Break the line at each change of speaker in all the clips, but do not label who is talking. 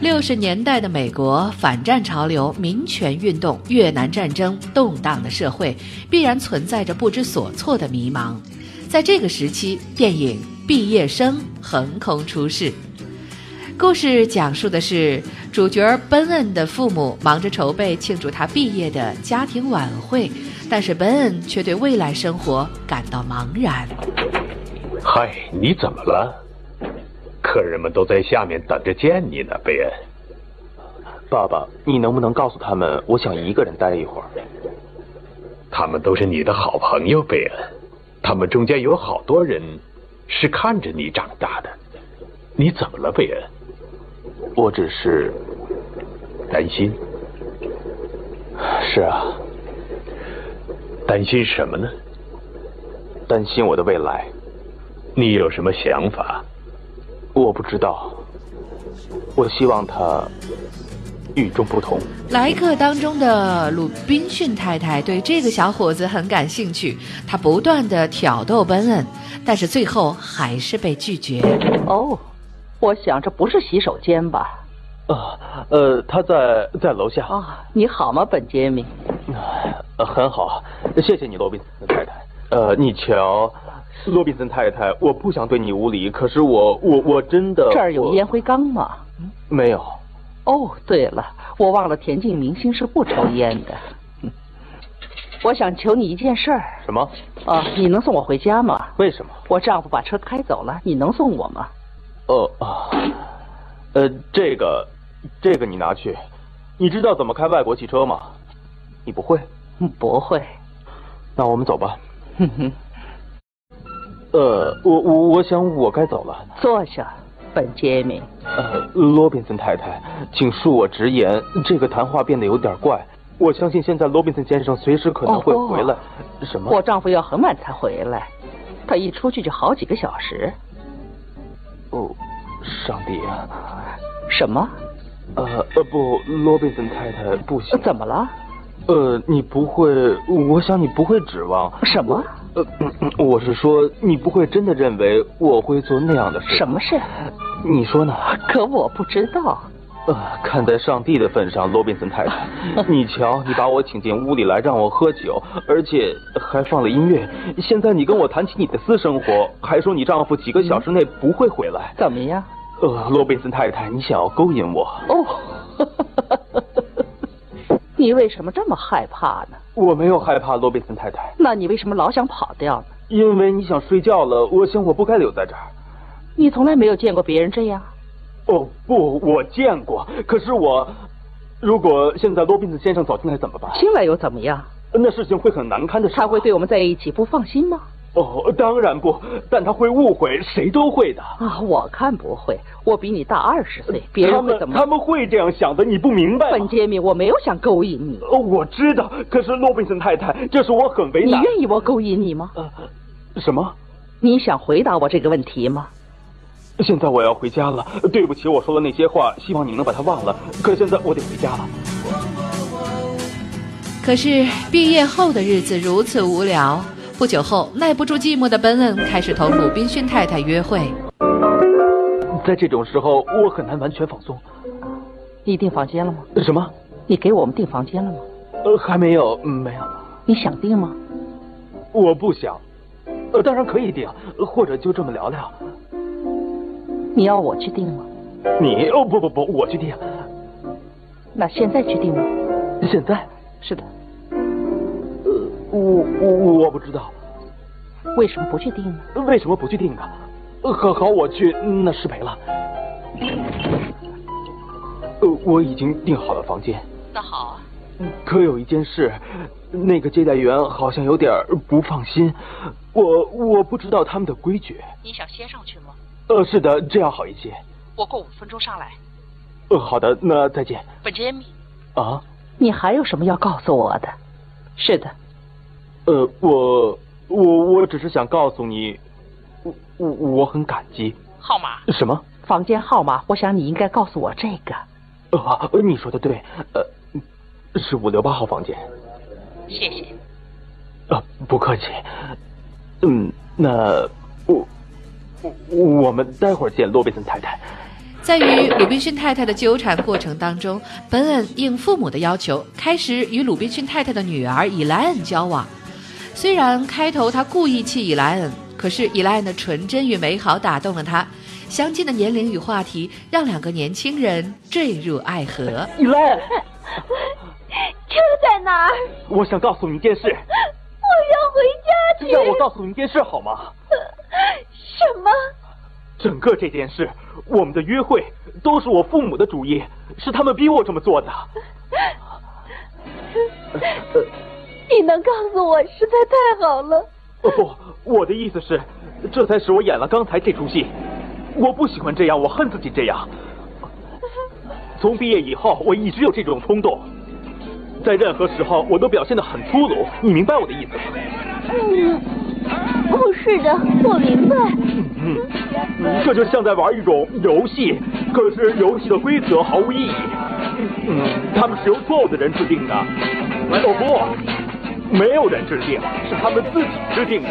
六十年代的美国，反战潮流、民权运动、越南战争，动荡的社会必然存在着不知所措的迷茫。在这个时期，电影《毕业生》横空出世。故事讲述的是主角奔恩的父母忙着筹备庆祝他毕业的家庭晚会，但是奔恩却对未来生活感到茫然。
嗨，你怎么了？客人们都在下面等着见你呢，贝恩。
爸爸，你能不能告诉他们，我想一个人待一会儿？
他们都是你的好朋友，贝恩。他们中间有好多人是看着你长大的。你怎么了，贝恩？
我只是
担心。
是啊，
担心什么呢？
担心我的未来。
你有什么想法？
我不知道，我希望他与众不同。
来客当中的鲁滨逊太太对这个小伙子很感兴趣，她不断的挑逗奔恩，但是最后还是被拒绝。
哦，我想这不是洗手间吧？
啊，呃，他在在楼下。
啊，你好吗，本杰明？
啊、很好，谢谢你，罗宾太太。呃，你瞧。罗宾森太太，我不想对你无礼，可是我我呃我真的
这儿有烟灰缸吗？
没有。
哦，对了，我忘了田径明星是不抽烟 的。我想求你一件事儿。
什么？
啊，你能送我回家吗？
为什么？
我丈夫把车开走了，你能送我吗？
哦啊，呃，这个，这个你拿去。你知道怎么开外国汽车吗？你不会？
嗯不会。
那我们走吧。哼哼。呃，我我我想我该走了。
坐下，本杰明。
呃，罗宾森太太，请恕我直言，这个谈话变得有点怪。我相信现在罗宾森先生随时可能会回来。哦哦、什么？
我丈夫要很晚才回来，他一出去就好几个小时。
哦，上帝啊！
什么？
呃呃不，罗宾森太太不行。
怎么了？
呃，你不会，我想你不会指望
什么？
呃，我是说，你不会真的认为我会做那样的事？
什么事？
你说呢？
可我不知道。
呃，看在上帝的份上，罗宾森 太太，你瞧，你把我请进屋里来让我喝酒，而且还放了音乐。现在你跟我谈起你的私生活，还说你丈夫几个小时内不会回来，
怎么样？
呃，罗宾森太太，你想要勾引我？
哦。 你为什么这么害怕呢？
我没有害怕，罗宾森太太。
那你为什么老想跑掉呢？
因为你想睡觉了，我想我不该留在这儿。
你从来没有见过别人这样。
哦不，我见过。可是我，如果现在罗宾森先生走进来怎么办？
进来又怎么样？
那事情会很难堪的。
他会对我们在一起不放心吗？
哦，当然不，但他会误会，谁都会的。
啊，我看不会，我比你大二十岁，别人会怎么？
他们会这样想的，你不明白。啊
本杰明，我没有想勾引你。
哦，我知道，可是罗宾森太太，这是我很为难。
你愿意我勾引你吗？
呃，什么？
你想回答我这个问题吗？
现在我要回家了，对不起，我说的那些话，希望你能把它忘了。可现在我得回家了。
可是毕业后的日子如此无聊，不久后耐不住寂寞的本恩开始同鲁滨逊太太约会。
在这种时候，我很难完全放松。
你订房间了吗？
什么？
你给我们订房间了吗？
呃，还没有，嗯没有。
你想订吗？
我不想。呃，当然可以订，或者就这么聊聊。
你要我去订吗？
你哦不不不，我去订。
那现在去订吗？
现在？
是的。
呃，我我我不知道。
为什么不去订呢？
为什么不去订呢？呃好好，我去，那失陪了。呃，我已经订好了房间。嗯
那好啊。
可有一件事，那个接待员好像有点不放心，我我不知道他们的规矩。
你想先上去吗？
呃，是的，这样好一些。
我过五分钟上来。
呃，好的，那再见。
本杰明。
啊？
你还有什么要告诉我的？是的。
呃，我我我只是想告诉你，我我我很感激。
号码？
什么？
房间号码？我想你应该告诉我这个。
啊、呃，你说的对。呃。是五六八号房间。
谢谢。
啊，不客气。嗯，那我我们待会儿见，罗宾森太太。
在与鲁滨逊太太的纠缠过程当中，本恩应父母的要求，开始与鲁滨逊太太的女儿伊莱恩交往。虽然开头他故意气伊莱恩，可是伊莱恩的纯真与美好打动了他。相近的年龄与话题，让两个年轻人坠入爱河。
伊莱恩。
车在哪儿？
我想告诉你一件事。 我
要回家去。
让我告诉你一件事好吗？
什么？
整个这件事，我们的约会都是我父母的主意，是他们逼我这么做的。
你能告诉我，实在太好了。
哦不，我的意思是，这才使我演了刚才这出戏。我不喜欢这样，我恨自己这样。从毕业以后，我一直有这种冲动。在任何时候，我都表现得很粗鲁，你明白我的意思吗？
嗯，不是的，我明白。嗯
嗯，这就像在玩一种游戏，可是游戏的规则毫无意义。嗯，他们是由错误的人制定的。哦不，没有人制定，是他们自己制定的。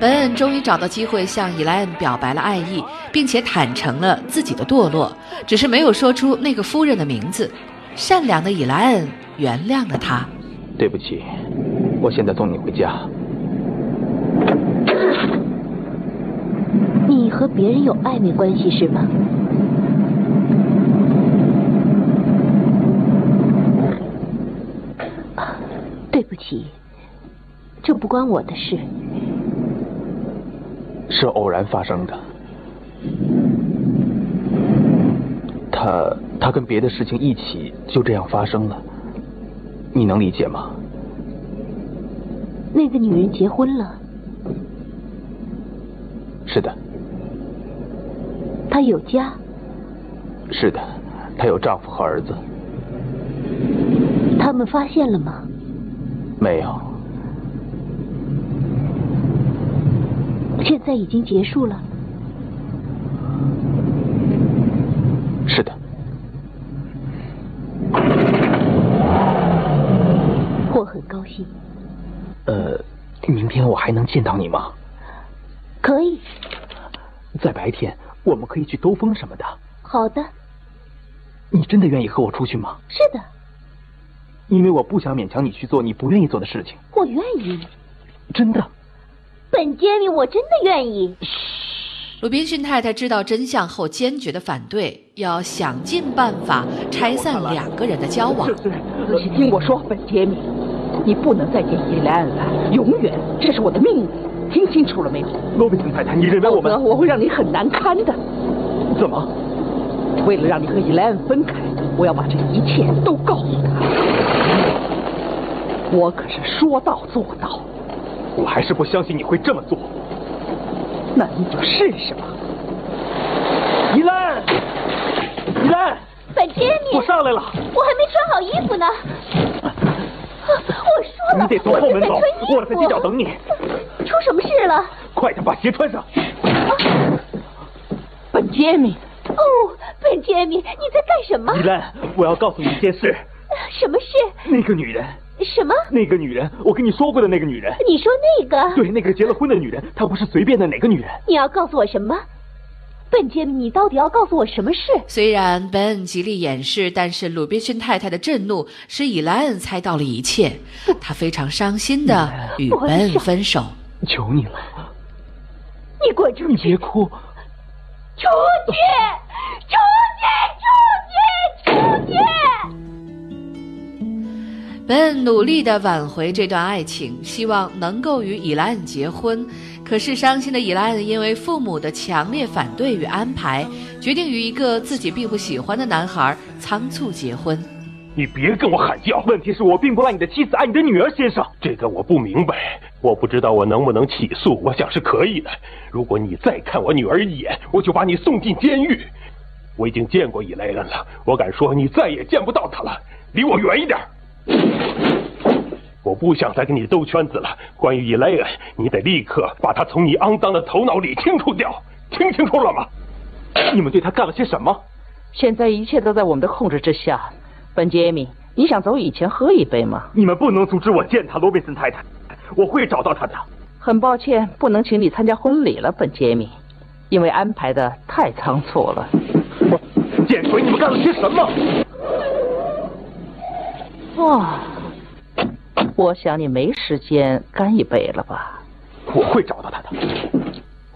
本恩终于找到机会向伊莱恩表白了爱意，并且坦诚了自己的堕落，只是没有说出那个夫人的名字。善良的伊莱恩。原谅了他。
对不起，我现在送你回家。
你和别人有暧昧关系是吗？啊对不起，这不关我的事。
是偶然发生的。他他跟别的事情一起就这样发生了。你能理解吗？
那个女人结婚了。
是的。
她有家。
是的，她有丈夫和儿子。
他们发现了吗？
没有。
现在已经结束了。
是的。
我很高兴。
呃，明天我还能见到你吗？
可以。
在白天，我们可以去兜风什么的。
好的。
你真的愿意和我出去吗？
是的。
因为我不想勉强你去做你不愿意做的事情。
我愿意。
真的。
本杰明，我真的愿意。
鲁滨逊太太知道真相后，坚决的反对，要想尽办法拆散两个人的交往。
可是听我说，本杰明，你不能再见伊莱恩了，永远，这是我的命令，听清楚了没有？
罗宾森太太，你认为我们？
我会让你很难堪的。
怎么？
为了让你和伊莱恩分开，我要把这一切都告诉他。我可是说到做到。
我还是不相信你会这么做。
那你就试试吧，
依兰，依兰，
本杰明，
我上来了，
我还没穿好衣服呢。啊我说了，
你得从后门走，
我
在街角等你。
出什么事了？
快点把鞋穿上。
本
杰米！
哦，本杰米，你在干什么？
米兰，我要告诉你一件事。
什么事？
那个女人。
什么？
那个女人，我跟你说过的那个女人。
你说那个？
对，那个结了婚的女人，她不是随便的哪个女人。
你要告诉我什么？本杰明，你到底要告诉我什么事？
呃
虽然本恩极力掩饰，但是鲁滨逊太太的震怒使伊莱恩猜到了一切，她非常伤心的与本恩分手。
求你了，
你滚出去！
你别哭！
出去！出去！出去！出去！
本恩努力地挽回这段爱情，希望能够与伊莱恩结婚。可是伤心的伊莱恩因为父母的强烈反对与安排，决定与一个自己并不喜欢的男孩仓促结婚。
你别跟我喊叫！问题是我并不爱你的妻子，爱你的女儿，先生。
这个我不明白，我不知道我能不能起诉。我想是可以的。如果你再看我女儿一眼，我就把你送进监狱。我已经见过伊莱恩了，我敢说你再也见不到她了。离我远一点。我不想再跟你兜圈子了。关于伊莱恩，你得立刻把他从你肮脏的头脑里清除掉。听清楚了吗？
你们对他干了些什么？
现在一切都在我们的控制之下。本杰明，你想走以前喝一杯吗？
你们不能阻止我见他，罗宾森太太，我会找到他的。
很抱歉，不能请你参加婚礼了，本杰明，因为安排的太仓促了。
见鬼！你们干了些什么？
哇！我想你没时间干一杯了吧？
我会找到他的。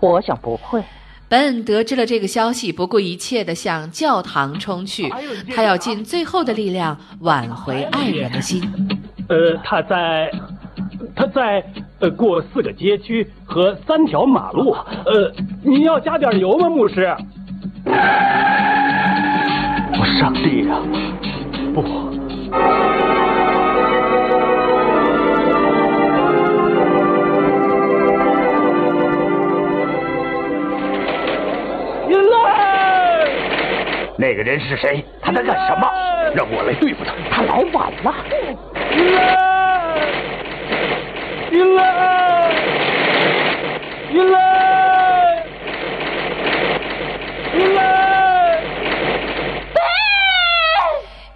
我想不会。
本恩得知了这个消息，不顾一切的向教堂冲去，他要尽最后的力量挽回爱人的心。
呃，他在，他在呃过四个街区和三条马路。呃，你要加点油吗，牧师？
我上帝呀、啊！不。
那个人是谁？他在干什么？让我来对付他。
他来晚了。
云兰，云兰，云兰，云兰。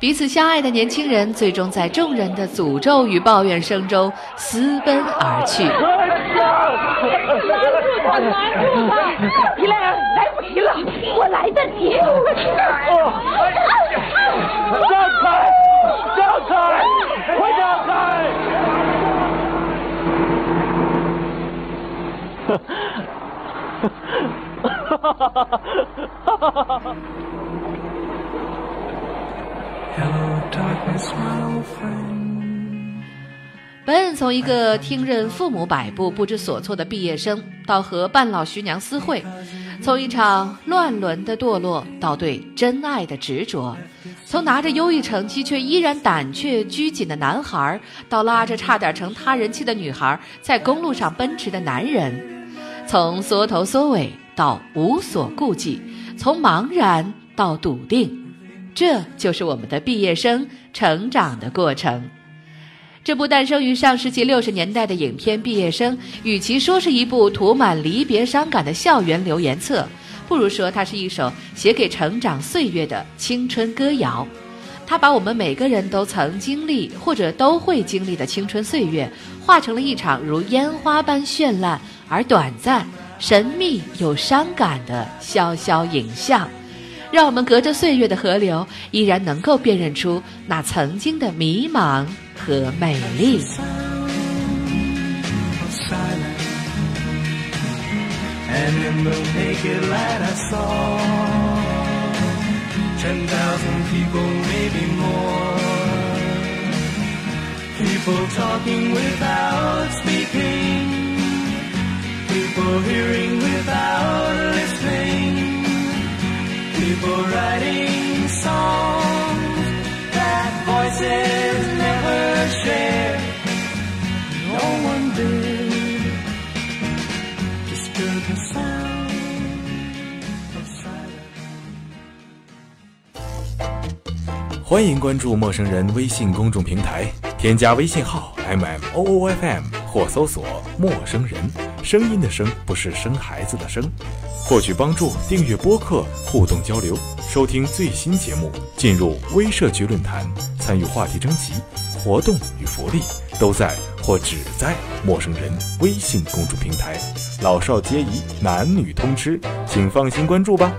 彼此相爱的年轻人，最终在众人的诅咒与抱怨声中私奔而去。
我拦住了，
伊莱尔，来不及了，
我来得及。
让开，让开，快让开！哈哈哈哈哈！哈哈哈
本恩从一个听任父母摆布、不知所措的毕业生，到和半老徐娘私会；从一场乱伦的堕落，到对真爱的执着；从拿着优异成绩却依然胆怯拘谨的男孩，到拉着差点成他人妻的女孩在公路上奔驰的男人；从缩头缩尾到无所顾忌；从茫然到笃定。这就是我们的毕业生成长的过程。这部诞生于上世纪六十年代的影片《毕业生》，与其说是一部涂满离别伤感的校园留言册，不如说它是一首写给成长岁月的青春歌谣。它把我们每个人都曾经历或者都会经历的青春岁月，化成了一场如烟花般绚烂而短暂、神秘又伤感的潇潇影像，让我们隔着岁月的河流，依然能够辨认出那曾经的迷茫。和美丽。And in the naked light I saw ten thousand people, maybe more. People talking without speaking. People hearing without listening. People writing songs that voices never share. No one did disturb the sound of silence.
欢迎关注陌生人微信公众平台，添加微信号 m m o o f m 或搜索“陌生人”。声音的声不是生孩子的生。获取帮助，订阅播客，互动交流，收听最新节目，进入微社区论坛，参与话题征集、活动与福利，都在或只在陌生人微信公众平台。老少皆宜，男女通吃，请放心关注吧。